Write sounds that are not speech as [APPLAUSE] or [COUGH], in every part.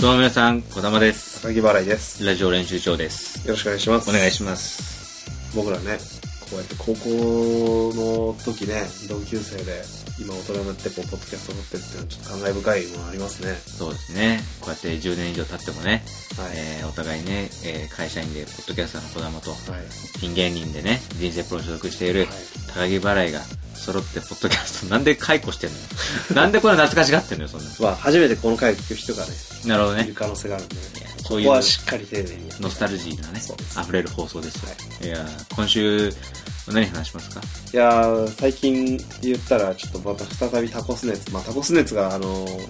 どうも皆さん、こだまです。高木払いです。ラジオ練習長です。よろしくお願いします。お願いします。僕らね、こうやって高校の時ね、同級生で、今大人になってこう、ポッドキャスト撮ってるっていうのはちょっと感慨深いものありますね。そうですね。こうやって10年以上経ってもね、はい。えーお互いね、えー会社員で、ポッドキャスターのこだまと、はい。ピン芸人でね、人生プロに所属していはいる、高木払いが、揃って、ポッドキャスト、なんで解雇してんのよ。 [LAUGHS] なんでこれ懐かしがってんのよ、そんな。まあ、初めてこの回を聞く人がね、なるほどいるね。可能性があるんでね、いやこそういこうはしっかり丁寧に。ノスタルジーがねそう、です溢れる放送ですよはい。いやー、今週、何話しますかいやー、最近言ったら、ちょっとまた再びタコス熱。まあ、タコス熱が、あのー、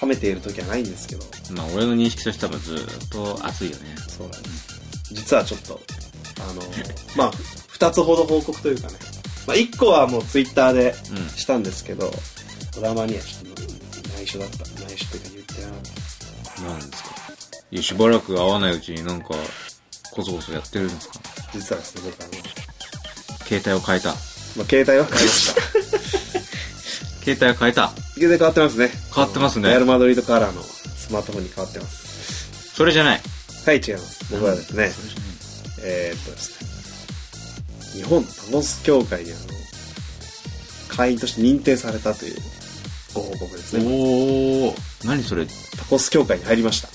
冷めている時はないんですけど、まあ、俺の認識としてはずーっと熱いよね。そうなんです。実はちょっと、あのー、まあ、二つほど報告というかね、まあ、一個はもうツイッターでうん。したんですけど、ドラマにはちょっと内緒だった。内緒というか言ってなかった。なんですかいや、しばらく会わないうちになんか、コソコソやってるんですか実はですね、僕あの、携帯を変えた。まあ、携帯は変えました。携帯を変えた。携帯変わってますね。変わってますねあのレアルマドリードカラーのスマートフォンに変わってます。それじゃない。はい、違います。僕はですね、それじゃないえー、っとですね、日本タコス協会にあの、会員として認定されたというご報告ですね。おー、何それタコス協会に入りました。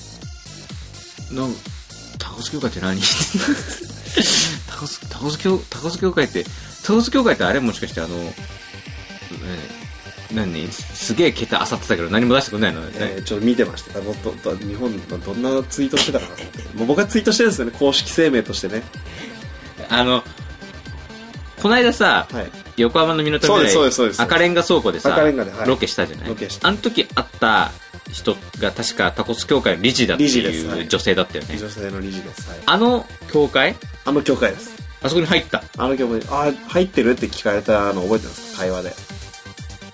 なんタコス協会って何 [LAUGHS] タコス、タコス協、タコス協会って、タコス協会ってあれもしかしてあの、ね、何すげえ桁あさってたけど何も出してくんないのね。えーちょっと見てました。どどど日本のどんなツイートしてたかなと思って。もう僕はツイートしてるんですよね、公式声明としてね。あの、こないださ、はい。横浜の港そ未うです来そうですそうです赤レンガ倉庫でさ赤レンガではいロケしたじゃないロケしたあの時会った人が確かタコス協会の理事だって理事ですはいいう女性だったよね、女性の理事です。はい。あの協会あの教会です。あそこに入ったあの教会、あー、入ってるって聞かれたの覚えてますか会話で。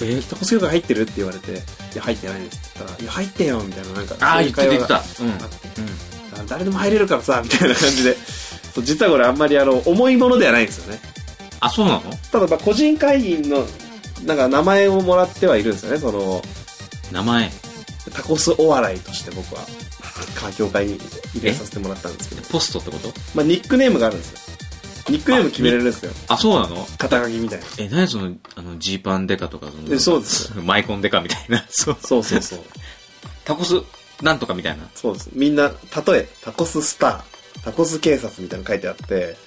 えタコス教会入ってるって言われて、いや、入ってないですって言ったら、いや、入ってよみたいな、なんか。ああ言ってたそう言いってう会話たがうん、うんあってあ誰でも入れるからさ、みたいな感じで。そう実はこれあんまりあの、重いものではないんですよね。あそうなのただまあ個人会議の、なんか名前をもらってはいるんですよね、その、名前タコスお笑いとして僕は、環境会に入れさせてもらったんですけど、ポストってことまあニックネームがあるんですよ。ニックネーム決めれるんですよ。あそうなの肩書きみたいな。え何そのあのジーパンデカとかのえそうですマイコンデカみたいな [LAUGHS] そうそうそうそう。タコスなんとかみたいなそうです。みんな、例え、タコススター、タコス警察みたいなの書いてあって、で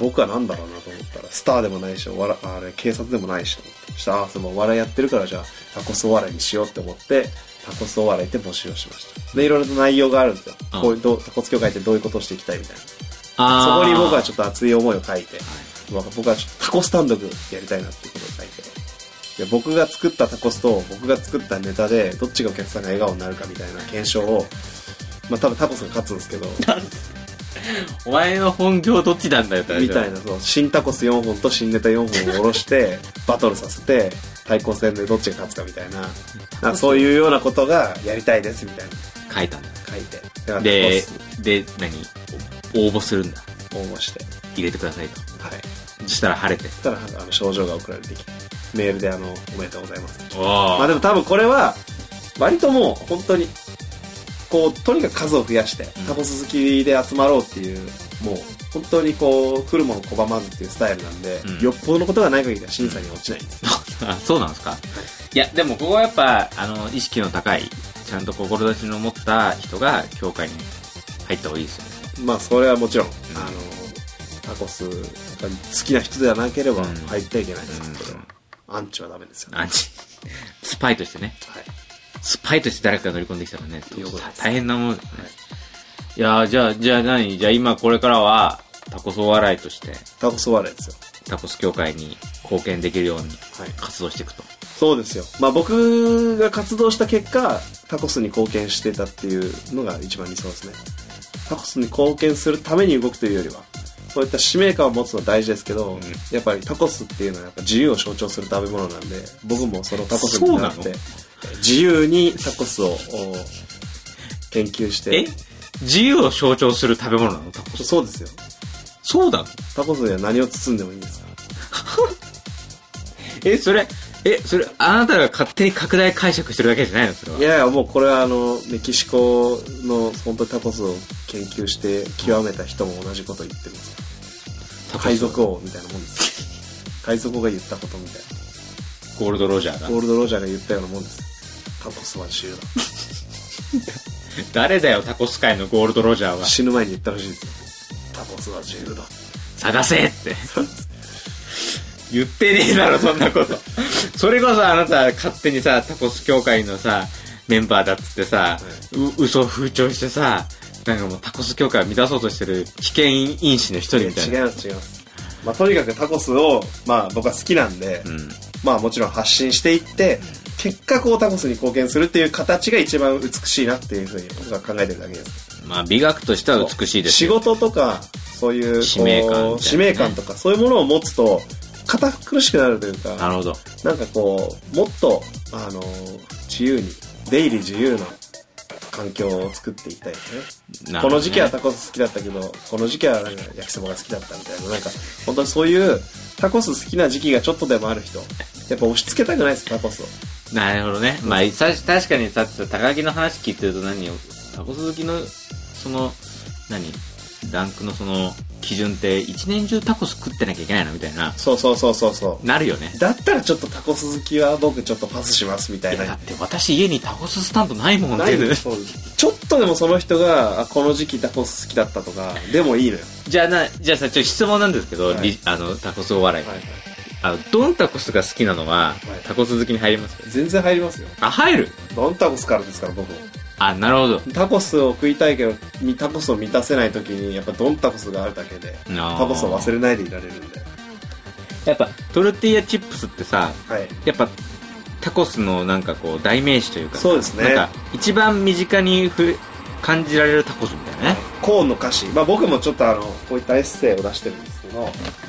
僕はなんだろうなと思ったら、スターでもないし、お笑あれ、警察でもないしと思って、そしたら、あ、そのお笑いやってるから、じゃあ、タコスお笑いにしようって思って、タコスお笑いって募集をしました。で、いろいろと内容があるんですよ。うんこういうどう、タコス協会ってどういうことをしていきたいみたいな。あそこに僕はょちょっと熱い思いを書いて、まあ僕はちょっとタコス単独やりたいなってことを書いて。で僕が作ったタコスと僕が作ったネタでどっちがお客さんが笑顔になるかみたいな検証を、まあ多分タコスが勝つんですけ [LAUGHS] ど、お前の本業どっちなんだよって話みだたいな、そう、新タコス4本と新ネタ4本を下 [LAUGHS] ろして、バトルさせて、対抗戦でどっちが勝つかみたいな、なんかそういうようなことがやりたいですみたいな書いたんだ書いて、だからタコでス、で、何応募するんだ。応募して、入れてくださいと。はい。そしたら晴れて。そしたら、あの、症状が送られてきて、メールであの、おめでとうございます。おまあでも多分これは、割ともう本当に、こう、とにかく数を増やして、タコス好きで集まろうっていう、もう本当にこう、来るもの拒まずっていうスタイルなんで、うんよっぽどのことがない限りは審査には落ちないんですよ。あ [LAUGHS] そうなんですかいや、でもここはやっぱ、あの、意識の高い、ちゃんと志の持った人が、教会に入った方がいいですよね。まあそれはもちろん、んあの、タコスが好きな人ではなければうん入ってはいけないですけど、うんアンチはダメですよね。アンチ。スパイとしてね。はい。スパイとして誰かが乗り込んできたらねいうことです、大変なもんだよね。いやーじゃあ、じゃあ何じゃあ今これからは、タコスお笑いとして、タコス笑いですよ。タコス協会に貢献できるようにはい。活動していくと。そうですよ。まあ僕が活動した結果、タコスに貢献してたっていうのが一番理想ですね。タコスに貢献するために動くというよりは、そういった使命感を持つのは大事ですけど、うんやっぱりタコスっていうのはやっぱ自由を象徴する食べ物なんで、僕もそのタコスになっそうてな、自由にタコスをお研究して。え自由を象徴する食べ物なのタコスそうですよ。そうだタコスには何を包んでもいいんですかえ、それ、え、それ、あなたが勝手に拡大解釈してるだけじゃないのそれは。いやいや、もうこれはあの、メキシコの本当にタコスを研究して極めた人も同じこと言ってます。タコス海賊王みたいなもんです。海賊王が言ったことみたいゴールドロジャーな。がゴ。ールドロジャーが言ったようなもんです。タコスは自由だ。誰だよ、タコス界のゴールドロジャーは。死ぬ前に言ったらしいですよ。タコスは自由だ。探せって。 [LAUGHS] 言ってねえだろ、そんなこと。それこそあなた、勝手にさ、タコス協会のさ、メンバーだっつってさ、う嘘を風潮してさ、なんかもうタコス協会を乱そうとしてる危険因子の一人みたい違いな。ます違います。まあ、とにかくタコスを、まあ僕は好きなんで、うん。まあもちろん発信していって、結果こうタコスに貢献するっていう形が一番美しいなっていうふうに僕は考えてるだけです。まあ、美学としては美しいです仕よ。事とかそういうこう使命感みたいなね使命感とかそういうものを持つと堅苦しくなるというなかるほど。なんかこうもっとあの自由に出入り自由な環境を作っていきたいですねなるほどねこの時期はタコス好きだったけどこの時期はなんか焼きそばが好きだったみたいななんか本当にそういうタコス好きな時期がちょっとでもある人やっぱ押し付けたくないですタコスをなるほどね。まあ、さ確かにさ、高木の話聞いてると何を、タコス好きの、その、何ランクのその、基準って、一年中タコス食ってなきゃいけないのみたいな。そうそうそうそうそなるよねう。だったらちょっとタコス好きは僕ちょっとパスしますみたいいや、なだって私家にタコススタンドないもんっなていいう。そうちょっとでもその人があこの時期タコス好きだったとかでもいいのよ、 [LAUGHS] じゃあな、じゃあさ、ちょっと質問なんですけど、はいりあの、タコスお笑い。はいはい、あの、ドンタコスが好きなのは、いタコス好きに入ります全然入りますよあ、入るドンタコスからですから僕もあ、なるほど。タコスを食いたいけどにタコスを満たせない時にやっぱドンタコスがあるだけでタタコスを忘れないでいられるんでやっぱ、トルティーヤチップスってさ、はいやっぱタコスのなんかこう代名詞というかそうですねなんか一番身近にふ感じられるタコスみたいなねコーンの歌詞、まあ、僕もちょっとあのこういったエッセイを出してるんですけどあのエ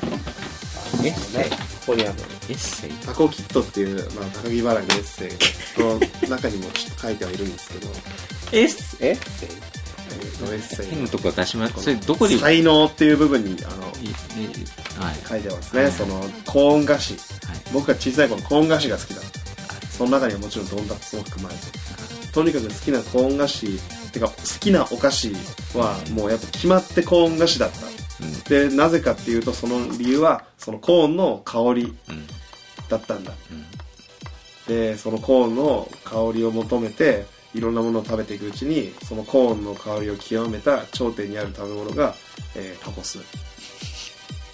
ッセイねここにあのエッセイタコキットっていう、まあ、高木原のエ [LAUGHS] ッセイの中にもちょっと書いてはいるんですけどエッセエッセイえーとエッセイの変なとこ出しまそれどこで才能っていう部分にあのいいはい書いてますはねいそのコーン菓子はい僕が小さい頃コーン菓子が好きだったその中にはもちろんどんたくも含まれてるとにかく好きなコーン菓子てか好きなお菓子はもうやっぱ決まってコーン菓子だったうんでなぜかっていうとその理由はそのコーンの香りうんだったんだうんでそのコーンの香りを求めていろんなものを食べていくうちにそのコーンの香りを極めた頂点にある食べ物が、えータコス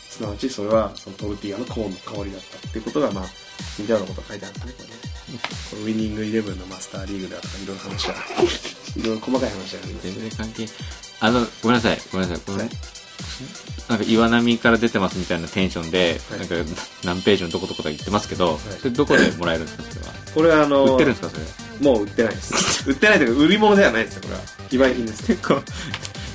すなわちそれはそのトルティーヤのコーンの香りだったっていうことがまあ似たようなことが書いてあるんですねこれねこのウィニングイレブンのマスターリーグであとかいろいろ話が [LAUGHS] いろいろ細かい話があります全ね然関係あのごめんなさいごめんなさいこれ、はいなんか岩波から出てますみたいなテンションで、はいなんか何ページのどことか言ってますけど、それどこでもらえるんですかそれはこれはあの売ってるんですかそれもう売ってないです売ってないというか売り物ではないですよこれは非売品です結構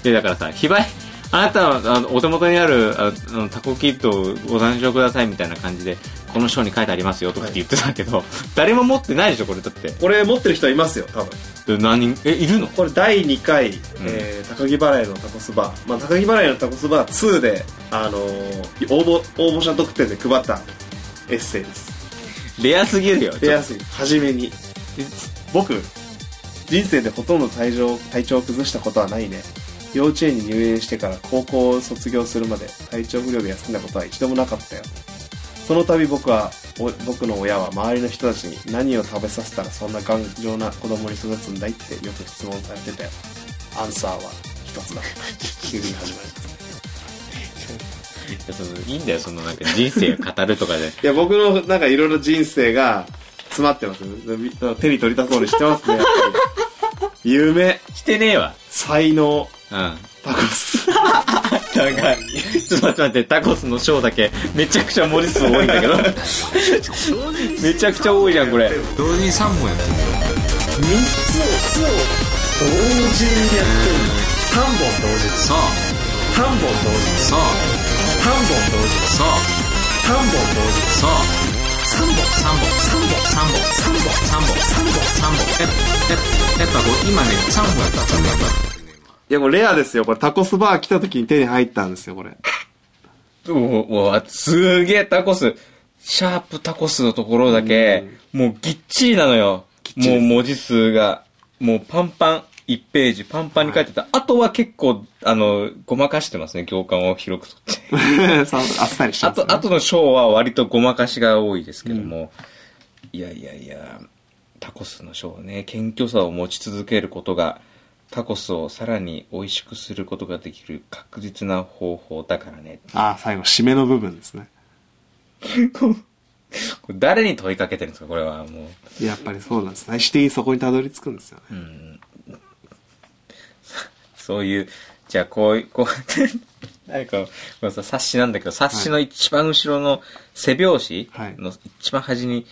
いやだからさ非売あなたはあのお手元にあるああのタコキットをご参照くださいみたいな感じでこの章に書いてありますよとかって言ってたけど、誰も持ってないでしょこれだってこれ持ってる人いますよ多分え何人えいるのこれ第2回、えー高木払いのタコスバー、まあ、高木払いのタコスバー2で、あのー応募応募者特典で配ったエッセイですレアすぎるよ出やちすい初めにょ僕人生でほとんど体調体調を崩したことはないね幼稚園に入園してから高校を卒業するまで体調不良で休んだことは一度もなかったよその度僕はお僕の親は周りの人たちに何を食べさせたらそんな頑丈な子供に育つんだいってよく質問されてたよアンサーは一つだ急に始まりますいやそのいいんだよそのなんか人生を語るとかでいや僕のなんかいろいろ人生が詰まってます手に取りたそうにしてますねやっぱり夢してねえわ才能うんなんかタコスちょっと待って待ってタコスの章だけめちゃくちゃ文字数多いんだ [LAUGHS] けどめちゃくちゃ多いじゃんこれ同時に3本やってる3つを同時にやってる3本同時さあ3本同時さあ3本同時さあ3本同時さあ三本三本三本三本三本三本三本三本三本えやっぱこう今ね三本やった三本やっいやこれレアですよこれタコスバ [LAUGHS] ー来た時に手に入ったんですよこれたうわうわすげえタコスシャープタコスのところだけ、もうぎっちりなのよ。っちもうりです文字数が、もうパンパン、1ページパンパンに書いてた。あとは結構、あの、ごまかしてますね、行間を広くとって。さあっさりし [LAUGHS] あたんですねと、あとの章は割とごまかしが多いですけども、いやいやいや、タコスの章はね、謙虚さを持ち続けることが、タコスをさらに美味しくすることができる確実な方法だからね。ああ、最後、締めの部分ですね。これ誰に問いかけてるんですかこれはもう。やっぱりそうなんです。最終的にそこにたどり着くんですよね。そういう、じゃあこういう、 [LAUGHS] こう、なんか、このさ冊子なんだけど、冊子の一番後ろの背表はい紙の一番端に、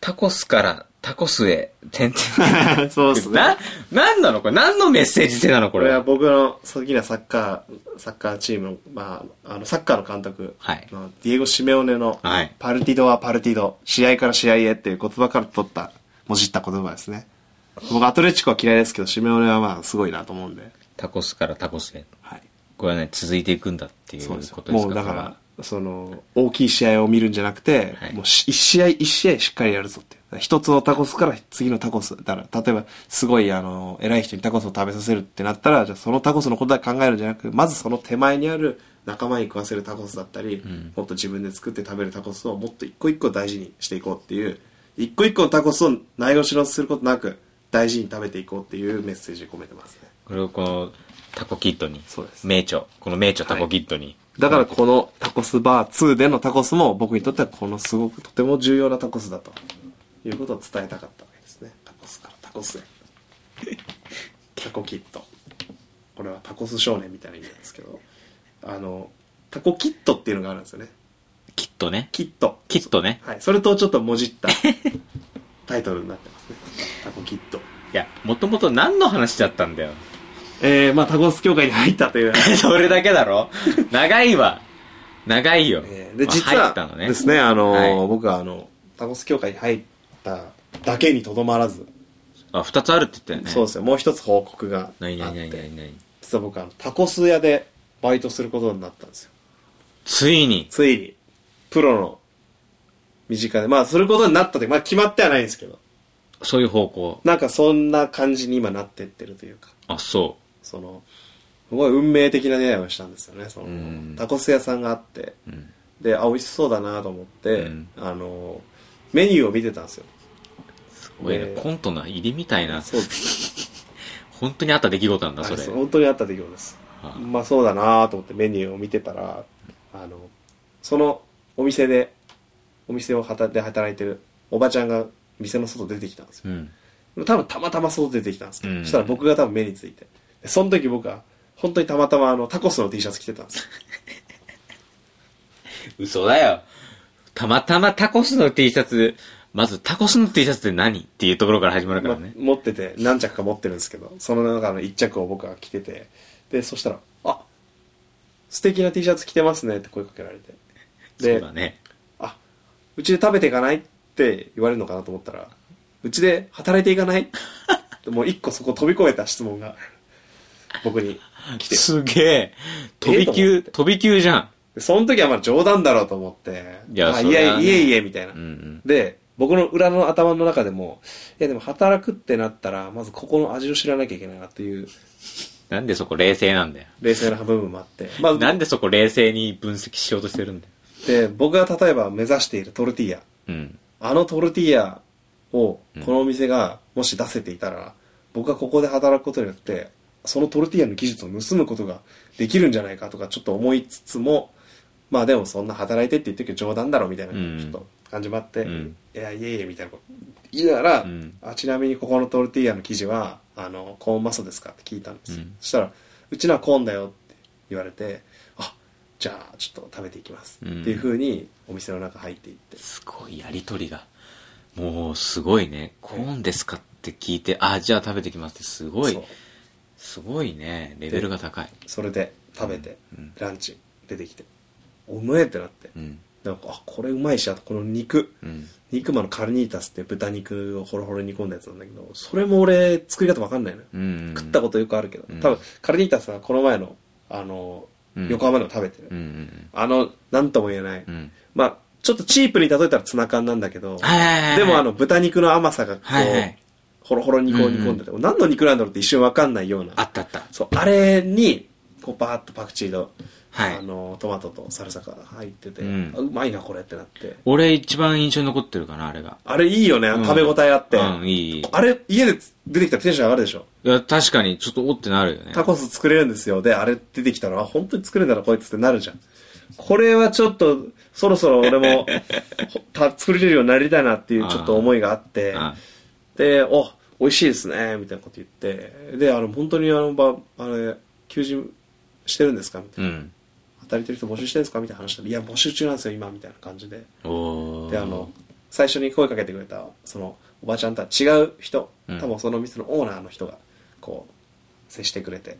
タコスからタコスへ、点々。 [LAUGHS] そうでな、なんなのこれ何のメッセージ性なのここれれはは。僕の好きなサッカー、サッカーチーム、まあ、あの、サッカーの監督はいのディエゴ・シメオネの、はいパルティドはパルティド、試合から試合へっていう言葉から取った、もじった言葉ですね。僕、アトレチコは嫌いですけど、シメオネはまあ、すごいなと思うんで。タコスからタコスへ。はい。これはね、続いていくんだっていうそことうでですすよかもうだら。から、その、大きい試合を見るんじゃなくて、はいもうし一試合一試合しっかりやるぞっていう。だから一つのタコスから次のタコス。だから、例えば、すごい、あの、偉い人にタコスを食べさせるってなったら、じゃあそのタコスのことは考えるんじゃなく、まずその手前にある仲間に食わせるタコスだったり、もっと自分で作って食べるタコスをもっと一個一個大事にしていこうっていう、一個一個のタコスをないがしろにすることなく、大事に食べていこうっていうメッセージを込めてますね。これをこのタコキッドに。そうです名著。この名著タコキッドに。だからこのタコスバー2でのタコスも僕にとってはこのすごくとても重要なタコスだということを伝えたかったわけですねタコスからタコスへタコキットこれはタコス少年みたいな意味なんですけどあのタコキットっていうのがあるんですよねキッドね。キットキッドね。はいそれとちょっともじったタイトルになってますねタコキットいや、もともと何の話だったんだよ。えー、まあタコス協会に入ったという [LAUGHS] それだけだろ長いわ。長いよ。えーで、まあ実入はったのね。ですね、あのーは僕はあの、タコス協会に入っただけにとどまらず、あ、二つあるって言ったよね。そうですよ、もう一つ報告があっないないないなて、いない。実は僕あの、タコス屋でバイトすることになったんですよ。ついに。ついに、プロの身近で、まあ、することになったって、まあ、決まってはないんですけど、そういう方向。なんかそんな感じに今なってってるというか、あ、そその、すごい運命的な出会いをしたんですよね、その、うんタコス屋さんがあって、う。うん。で、あ、美味しそうだなと思って、うんあのー、メニューを見てたんですよ。すごいねでコントの入りみたいな。そうです。本当にあった出来事なんだ、それあ。本当にあった出来事です。あまあそうだなと思ってメニューを見てたら、あの、そのお店で、お店を働で働いてるおばちゃんが店の外出てきたんですよ。うん。多分たまたま外出てきたんですけど、うんそしたら僕が多分目について。でその時僕は、本当にたまたまあの、タコスの T シャツ着てたんです [LAUGHS] よ。嘘だよ。たまたまタコスの T シャツ、まずタコスの T シャツって何っていうところから始まるからまあね。持ってて、何着か持ってるんですけど、その中の一着を僕は着てて、で、そしたら、あ素敵な T シャツ着てますねって声かけられて。そでうだね。あうちで食べていかないって言われるのかなと思ったらうちで働いていかない [LAUGHS] もう一個そこ飛び越えた質問が僕に来てすげえ。飛びええと思級、って飛び級じゃん。でその時はまあ冗談だろうと思っていやあそいりゃやねいえいえみたいな、うんうん。で僕の裏の頭の中でもいやでも働くってなったらまずここの味を知らなきゃいけないなっていうなんでそこ冷静なんだよ。冷静な部分もあって、まあ、なんでそこ冷静に分析しようとしてるんだよ。で僕が例えば目指しているトルティーヤうん。あのトルティーヤをこのお店がもし出せていたら、僕がここで働くことによってそのトルティーヤの技術を盗むことができるんじゃないかとかちょっと思いつつもまあでもそんな働いてって言ってるけど冗談だろみたいなうんちょっと感じもあって、うんいやいえいえみたいなこと言いながら、うんあちなみにここのトルティーヤの生地はあのコーンマソですかって聞いたんですよ、うんそしたらうちのはコーンだよって言われてあじゃあちょっと食べていきます、うんっていうふうにお店の中入っていってすごいやりとりが。もう、すごいね。コーンですかって聞いて、あ、じゃあ食べてきますって、すごいそう。すごいね。レベルが高い。それで食べて、うんランチ出てきておめえってなって、うん。なんかあこれうまいしあとこの肉うん。肉まのカルニータスって豚肉をホロホロ煮込んだやつなんだけどそれも俺作り方わかんないのよ、うん。食ったことよくあるけど、うん多分カルニータスはこの前のあの、うん横浜でも食べてる、うんうんあのなんとも言えない、うん。うん。まあちょっとチープに例えたらツナ缶なんだけど、はいはいはいはい。でもあの、豚肉の甘さがこう、はいはいほろほろにこう煮込んでて、何の肉なんだろうって一瞬わかんないような。あったあった。そう、あれに、こう、バーッとパクチーと、はいあの、トマトとサルサが入ってて、うんあうまいな、これってなって。俺一番印象に残ってるかな、あれが。あれいいよね、ん食べ応えあって。うん、いい。いあれ、家で出てきたらテンション上がるでしょ。や、確かに、ちょっとおってなるよね。タコス作れるんですよ。で、あれ出てきたら、あ、本当に作れるんだな、こいつってなるじゃん。これはちょっと、そろそろ俺 [LAUGHS] も、ほた作れるようになりたいなっていうちょっと思いがあって、あで、お、美味しいですね、みたいなこと言って、で、あの、本当にあの、ば、あれ、求人してるんですかみたいな。うん。働いてる人募集してるんですかみたいな話したら、いや、募集中なんですよ、今、みたいな感じで。おーで、あの、、最初に声かけてくれた、その、おばちゃんとは違う人、うん多分その店のオーナーの人が、こう、接してくれて、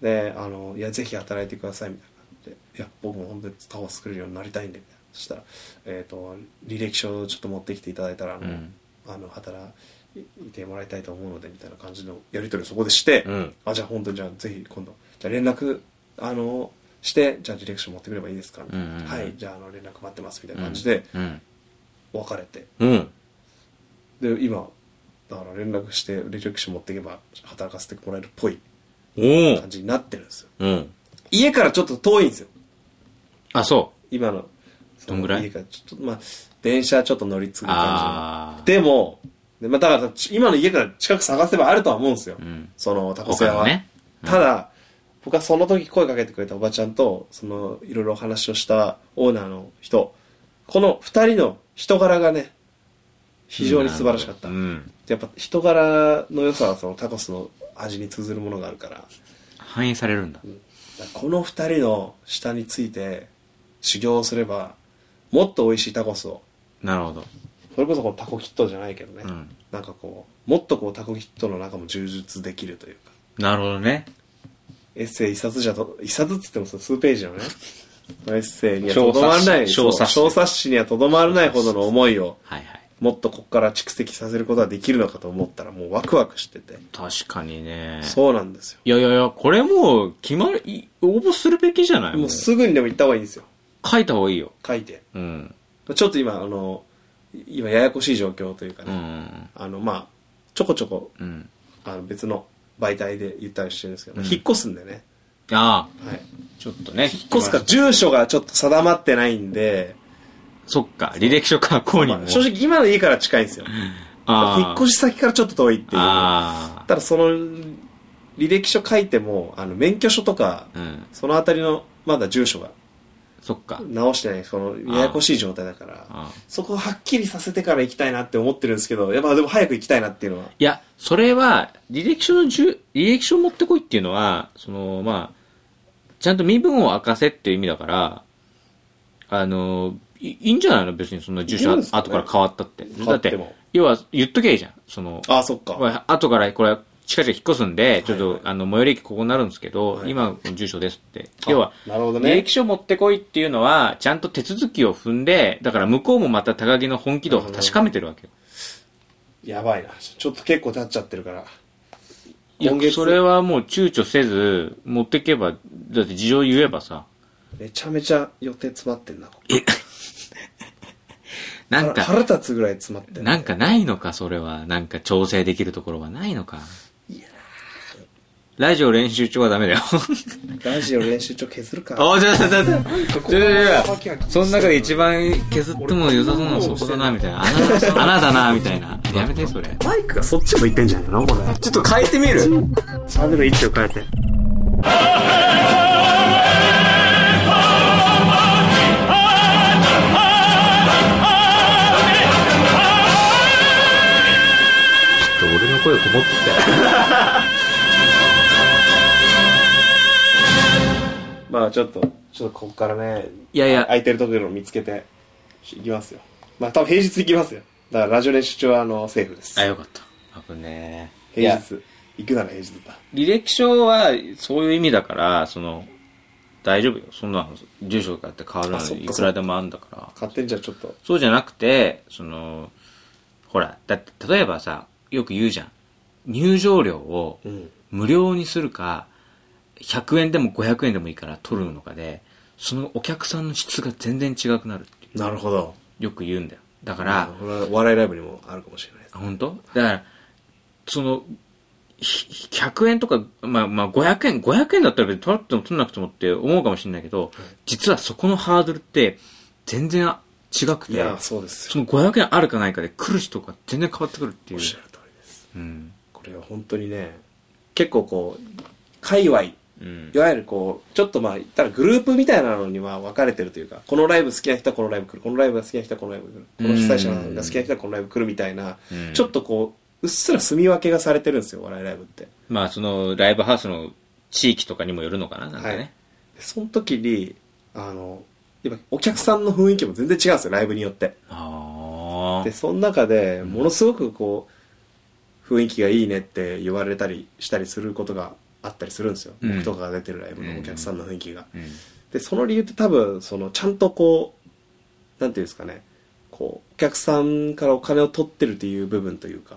で、あの、いや、ぜひ働いてください、みたいな感じで、いや、僕も本当にタワー作れるようになりたいんで、みたいな。そしたら、えっ、と、履歴書をちょっと持ってきていただいたら、あの、うんあの働いてもらいたいと思うので、みたいな感じのやり取りをそこでして、うんあ、じゃあ本当にじゃあぜひ今度、じゃあ連絡、あの、して、じゃあ履歴書持ってくればいいですか、みたいなうんうんうんはい、じゃああの連絡待ってます、みたいな感じで、うん。別れてうん。で今だから連絡して履歴書持っていけば働かせてもらえるっぽいおー感じになってるんですようん。家からちょっと遠いんですよあ、そ今のそのどんぐらい家からちょっとまあ電車ちょっと乗り継ぐ感あーじでもで、まあ、だからち今の家から近く探せばあるとは思うんですよ、んそのタう。コス屋他のは、ね。ただ僕はその時声かけてくれたおばちゃんとそのいろいろお話をしたオーナーの人この二人の人柄がね非常に素晴らしかった、うん。やっぱ人柄の良さはそのタコスの味に通ずるものがあるからだか反映されるんだ。らこの二人の下について修行をすればもっと美味しいタコスをなるほど。それこそこのタコキットじゃないけどね、うんなんかこうもっとこうタコキットの中も充実できるというかなるほどね。エッセイ一冊じゃと一冊っつってもその数ページのねそのエッセイには小冊子とどまらない小冊子そう小冊子にはとどまらないほどの思いをはいはい。もっとここから蓄積させることができるのかと思ったらもうワクワクしてて、確かにね。そうなんですよいやいやいや、これもう、決まり、い応募するべきじゃないももうう、すぐにでも行った方がいいんですよ。書いた方がいいよ。書いて。うん。ちょっと今、あの、今ややこしい状況というかうね、ん。あの、まあ、ちょこちょこ、うん。あの別の媒体で言ったりしてるんですけど、うん引っ越すんでね。ああ、はい。ちょっとね。引っ引っ越すか、住所がちょっと定まってないんで、そっか、履歴書書こうにまも。あ正直今の家から近いんですよ。あ引っ越しし先からちょっと遠いっていう。たあだその、履歴書書いても、あの、免許証とか、あ。うん。そのあたりの、まだ住所がそっか。直してない、その、ややこしい状態だから、ああそこをはっきりさせてから行きたいなって思ってるんですけど、やっぱでも早く行きたいなっていうのは。いや、それは、履歴書のじゅ、履歴書を持ってこいっていうのは、その、まあ、ちゃんと身分を明かせっていう意味だから、あの、いいいんじゃないの別にそんな住いい所、んですかね後から変わったって。変だわっってても、要は言っときゃいいじゃん。その、ああ、そっか。これ後からこれ近々引っ越すんで、ちょっと、はいあの、最寄り駅ここになるんですけど、はい今、住所ですって。あ要は、なるほど履ね歴。書持ってこいっていうのは、ちゃんと手続きを踏んで、だから向こうもまた高木の本気度を確かめてるわけよ。やばいな。ちょっと結構経っちゃってるから。いや今、月それはもう躊躇せず、持ってけば、だって事情言えばさ、めちゃめちゃ予定詰まってんな。ここなん腹腹か、立つぐらい詰まってるなんかないのか、それは。なんか調整できるところはないのか。ラジオ練習中はダ [LAUGHS] メだよ。ラジオ練習中削るか。あ、じゃあ、じゃあ、じゃあ、じゃあ、じゃあ、その中で一番削っても良さそうなの [LAUGHS] そこだな、みたいな。穴、穴だな、みたいな。やめて、 [LAUGHS] それ。マイクがそっち向いてんじゃないのこれ。ちょっと変えてみるチャンネル位置を変えて。ちょっと俺の声こもってまあちょっと、ちょっとここからね、いやいや空いてるところを見つけて、行きますよ。まあ多分平日行きますよ。だからラジオ練習中はあの、セーフですた。あ、。よかった。危ねえ。平日。行くなら平日だ。履歴書はそういう意味だから、その、大丈夫よ。そんなの、住所だって変わるあそのっかいくらでもあるんだから。勝手にじゃあちょっと。そうじゃなくて、その、ほら、だって、例えばさ、よく言うじゃん。入場料をうん。無料にするか、100円でも500円でもいいから取るのかで、そのお客さんの質が全然違くなるっていう。なるほど。よく言うんだよ。だか、からこれはお笑いライブにもあるかもしれないです。本当だから、その、ひ100円とか、まあまあ500円、500円だったら別に取っても取んなくてもって思うかもしれないけど、実はそこのハードルって全然違くいて、や、そうですそよ。の500円あるかないかで来る人が全然変わってくるっていおうっ。しゃる通りです。うん。これは本当にね、結構こう、界隈、いうん。わゆるこう、ちょっとまあ、言ったらグループみたいなのには分かれてるというか、このライブ好きな人はこのライブ来る、このライブが好きな人はこのライブ来る、この主催者が好きな人はこのライブ来るみたいな、うんちょっとこう、うっすら住み分けがされてるんですよ、お笑いライブって。まあその、ライブハウスの地域とかにもよるのかな、なんかね。はいでその時に、あの、やっぱお客さんの雰囲気も全然違うんですよ、ライブによって。ああで、。その中で、ものすごくこう、雰囲気がいいねって言われたりしたりすることがあったりするんですよ。うん僕とかが出てるライブのお客さんの雰囲気が。うん。で、その理由って多分、その、ちゃんとこう、なんていうんですかね、こう、お客さんからお金を取ってるっていう部分というか、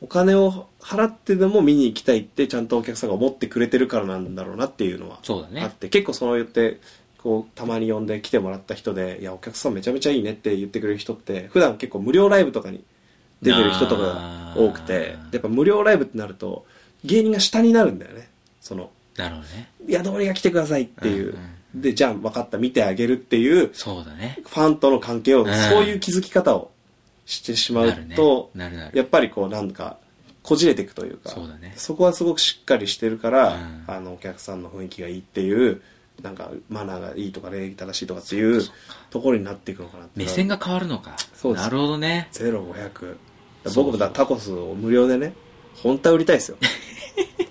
お金を払ってでも見に行きたいって、ちゃんとお客さんが思ってくれてるからなんだろうなっていうのはそうだねあって、結構その言って、こう、たまに呼んで来てもらった人で、いや、お客さんめちゃめちゃいいねって言ってくれる人って、普段結構無料ライブとかに出てる人とかが多くてあ、ーやっぱ無料ライブってなると、芸人が下になるんだよね。その、なるほどね。宿りが来てくださいっていううん。で、じゃあ分かった、見てあげるっていう、フそうだね。ァンとの関係を、うんそういう気づき方をしてしまなうるねと。、なるなる。やっぱりこうなんか、こじれていくというか、そうだねそこはすごくしっかりしてるから、うんあの、お客さんの雰囲気がいいっていう、なんか、マナーがいいとか、礼儀正しいとかっていうそっところになっていくのかなって。目線が変わるのか。そうですなるほどね。ゼロ500そう僕もだからタコスを無料でね本当は売りた [LAUGHS] いですよ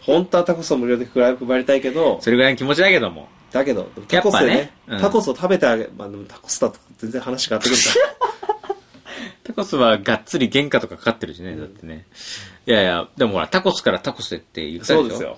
本当はタコスを無料で配りたいけどそれぐらいの気持ちだけども。だけどタコスでねやっぱねうんタコスを食べてあげまあでもタコスだと全然話変わってくるからタコスはがっつり原価とかかかってるしね、だってね。いやいや、でもほら、タコスからタコスでって [LAUGHS] 言ったでしょそうですよ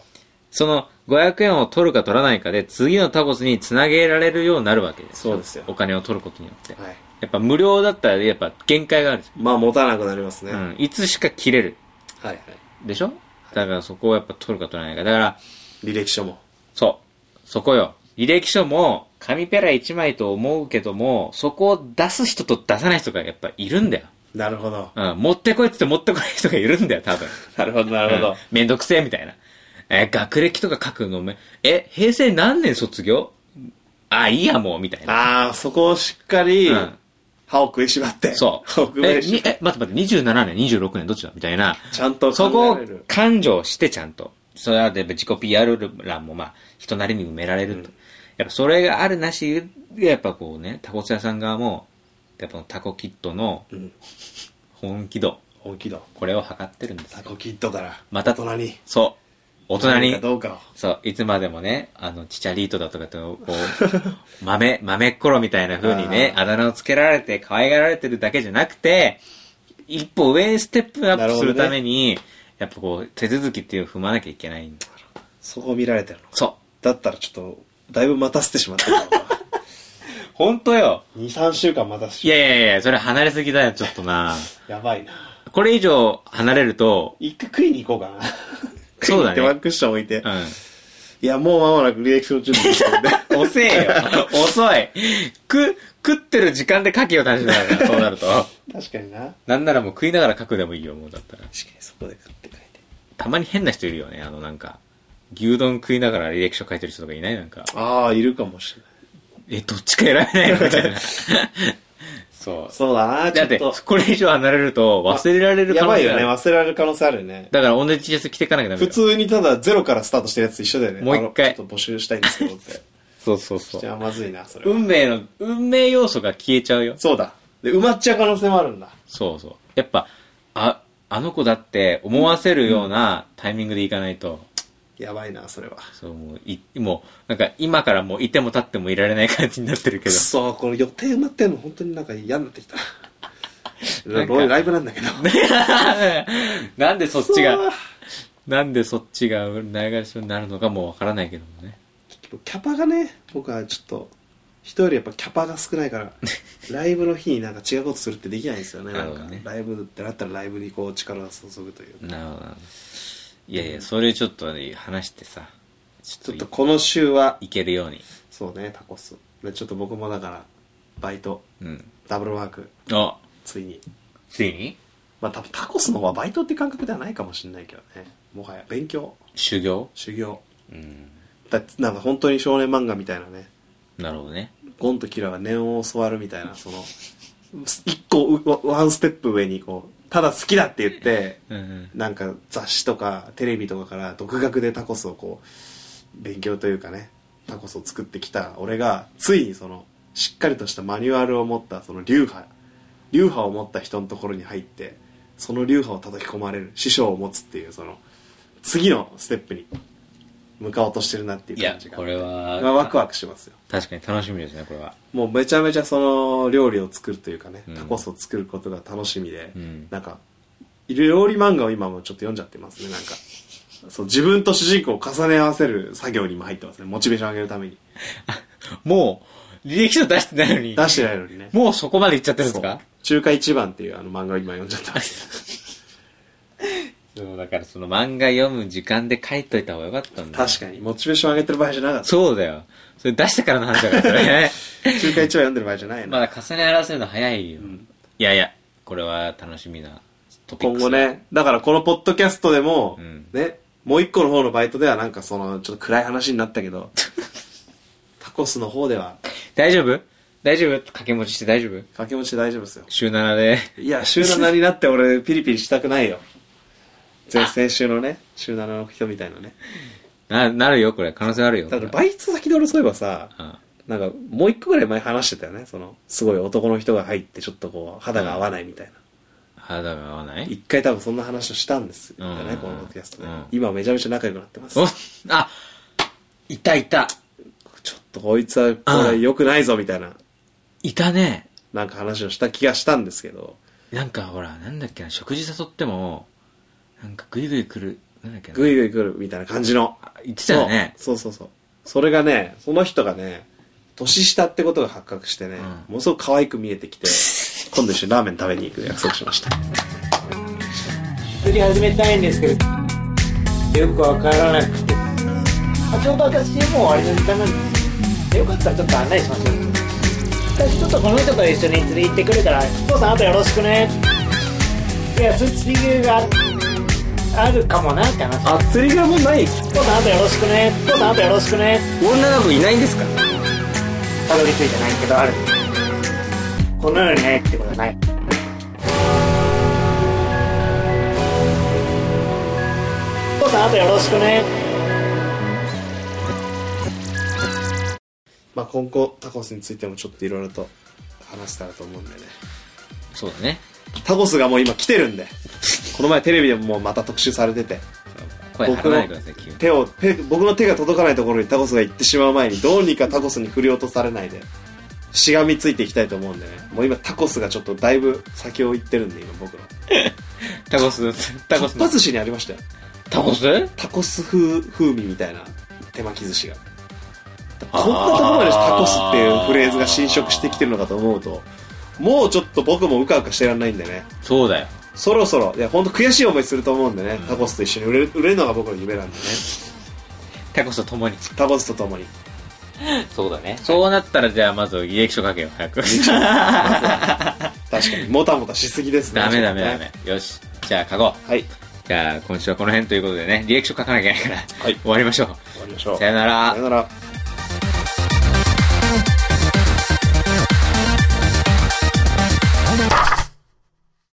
その500円を取るか取らないかで、次のタコスにつなげられるようになるわけですよそうですよお金を取ることによって。はいやっぱ無料だったら、やっぱ限界があるじまあ持たなくなりますね、ゃん。はいうん。いつしか切れる。はいでしょだからそこをやっぱ取るか取らないか。だから、履歴書もそう。そこよ。履歴書も、紙ペラ1枚と思うけども、そこを出す人と出さない人がやっぱいるんだよ。なるほどうん、持ってこいって言って持ってこない人がいるんだよ、多分。なるほどなるほど、うんめんどくせえ、みたいな。え、学歴とか書くのめ、え、平成何年卒業あ、いいや、もう、みたいな。ああそこをしっかり、うん歯を食いしばってそ歯を食う。え、いしにばっえ、て待って待って、27年、26年、どっちだみたいな。ちゃんとそこ考をえられる勘定してちゃんと。それはで自己 PR 欄もまあ、人なりに埋められると。やっぱそれがあるなし、やっぱこうね、タコツ屋さん側も、やっぱタコキットのうん本気度、本気度これを測ってるんですよタコキッドからまた大人にそう。大人に。どうかをそう、いつまでもね、あの、チチャリートだとかと、こう、 [LAUGHS] 豆、豆っころみたいな風にね、ああだ名をつけられて、可愛がられてるだけじゃなくて、一歩上にステップアップするために、やっぱこう、手続きっていうのを踏まなきゃいけないんだ。そこを見られてるのそだったらちょっと、だいぶ待たせてしま [LAUGHS] ったな。う。本当よ。 2、3週間待たせていしやいやいや、それ離れすぎだよ、ちょっとな。まった。やばいな。これ以上離れると、一回食いに行こうかな。そうだね食いに行って [LAUGHS] ワンクッション置いて。ういや、もう間もなく履歴書の準備してるんで。ん。遅えよ。 [LAUGHS] 遅い。く、食ってる時間で牡蠣を楽しむから、そうなると。 [LAUGHS] 確かにな。確かなんならもう食いながら書くでもいいよ、もうだったら。にそこで食ってくれて。たまに変な人いるよね、あのなんか。牛丼食いながら履歴書書いてる人とかいないなんか。ああ、いるかもしれない。え、どっちか選べないのみた [LAUGHS] いな。そう。そうだな、ちだょっってと。、これ以上離れると忘れられる可や能ばい性があよね。る。忘れられる可能性あるよね。だから同じ T シャツ着てかなきゃダメだ普よ。通にただゼロからスタートしてるやつと一緒だよね。もう一回あのちょっと募集したいんです [LAUGHS] けどって。そうそうそじう。ゃあまずいな、それは。運命の、運命要素が消えちゃうよ。そうだ。で、埋まっちゃう可能性もあるんだ。そうそう。やっぱ、あ、あの子だって思わせるようなタイミングでいかないと、やばいな、それは。そう、もう、い、もう、なんか今からもういても立ってもいられない感じになってるけくど。そこの予定埋まってんの本当になんか嫌になってきたなんかロイライブ [LAUGHS] なんだけど [LAUGHS] なんでそっち [LAUGHS] くそがー、なんでそっちがないがしろになるのかもわからないけどもね。キャパがね僕はちょっと人よりやっぱキャパが少ないから [LAUGHS] ライブの日になんか違うことするってできないんですよねなんなるかほどねライブってなったらライブにこう力を注ぐというなるほどなるほど。いやいや、それちょっと話してさ、ちちょょっっととこの週はいけるように。そうねタコスでちょっと僕もだからバイトうん。ダブルワークあ、ついについにまあ多分タコスの方はバイトって感覚ではないかもしれないけどねもはや勉強修行修行うん。だなんか本当に少年漫画みたいなねなるほどね。ゴンとキラが念を教わるみたいなその一個うワワンステップ上にこうただ好きだって言ってうん。なんか雑誌とかテレビとかから独学でタコスをこう勉強というかねタコスを作ってきた俺がついにそのしっかりとしたマニュアルを持ったその流派流派を持った人のところに入ってその流派を叩き込まれる師匠を持つっていうその次のステップに向かおうとしてるなっていいうや感じ、がこれは、まあワクワクしますよ確かに楽しみですね、これは。もうめちゃめちゃその料理を作るというかね、うんタコスを作ることが楽しみで、うんなんか料理漫画を今もちょっと読んじゃってますねなんかそう自分と主人公を重ね合わせる作業にも入ってますねモチベーション上げるためにもう、履歴書出してないのに、出してないのにねもうそこまで行っちゃってるんですかそう中華一番っていうあの漫画を今読んじゃってますそう、だからその漫画読む時間で書いといた方がよかったんだ。確かにモチベーション上げてる場合じゃなかったそうだよ。それ出してからの話だからそれ [LAUGHS] ね。 [LAUGHS] 中華一番読んでる場合じゃないまな、だ重ね合わせるの早いよ。いやいや、これは楽しみなトピッ今クス。後。ねだからこのポッドキャストでも、うんねもう一個の方のバイトではなんかそのちょっと暗い話になった [LAUGHS] けどタコスの方では大丈夫大丈夫掛け持ちして大丈夫掛け持ち大丈夫ですよ週7で。いや、週7になって俺、ピリピリした [LAUGHS] くないよ。前先週のね、週7の人みたいなね。な、なるよ、これ。可能性あるよ。ただ、バイト先で俺そういえばさ、うんなんか、もう一個ぐらい前話してたよね。その、すごい男の人が入って、ちょっとこう、肌が合わないみたいな。肌が合わない一回多分そんな話をしたんですようねん、このポッドキャストでうん。今めちゃめちゃ仲良くなってますお。あいたいたちょっとこいつは、これ良くないぞ、みたいな、いたねなんか話をした気がしたんですけど、なんかほら、なんだっけな、食事誘っても、なんかグイグイ来る、なんだっけな。ぐいぐい来るみたいな感じの。あ言ってたよね。そうそうそうそう。それがね、その人がね、年下ってことが発覚してね、んものすごく可愛く見えてき [LAUGHS] て、今度一緒にラーメン食べに行く約束しました。釣り始めたいんですけどよくわからなくてあちょうど私もう終わりの時間なんですよかったらちょっと案内しましょう私ちょっとこの人と一緒に釣り行ってくるから父さんあとよろしくねいや釣り具があるかもなかなあ、釣りがもうない父さんあとよろしくね父さんあとよろしくね女の子いないんですかたどり着いてないけどあるこの世にないってことはない父さんあとよろしくねまあ今後、タコスについてもちょっといろいろと話せたらと思うんでね。そうだね。タコスがもう今来てるんで、この前テレビでももうまた特集されてて、声張らないでください、急に。手を、手僕の手が届かないところにタコスが行ってしまう前に、どうにかタコスに振り落とされないで、しがみついていきたいと思うんでね。もう今タコスがちょっとだいぶ先を行ってるんで、今僕の。タコス、タコスかっぱ寿司にありましたよ。タコスタコス風、風味みたいな手巻き寿司が。あーこんなところまでタコスっていうフレーズが侵食してきてるのかと思うと、もうちょっと僕もうかうかしてらんないんでね。そうだよ。そろそろ、いや、ほんと悔しい思いすると思うんでね。タコスと一緒に売れる売れるのが僕の夢なんでね。タコスと共に。タコスと [LAUGHS] 共に。そうだね。そうなったら、じゃあ、まず履歴書書けよ、早く。確かに、もたもたしすぎですね。ダメダメちょっダとねメ。よし。じゃあ、書こう。はい。じゃあ、今週はこの辺ということでね、履歴書書かなきゃいけないから、はい終わりましょう。終わりましょう。さよならさよなら。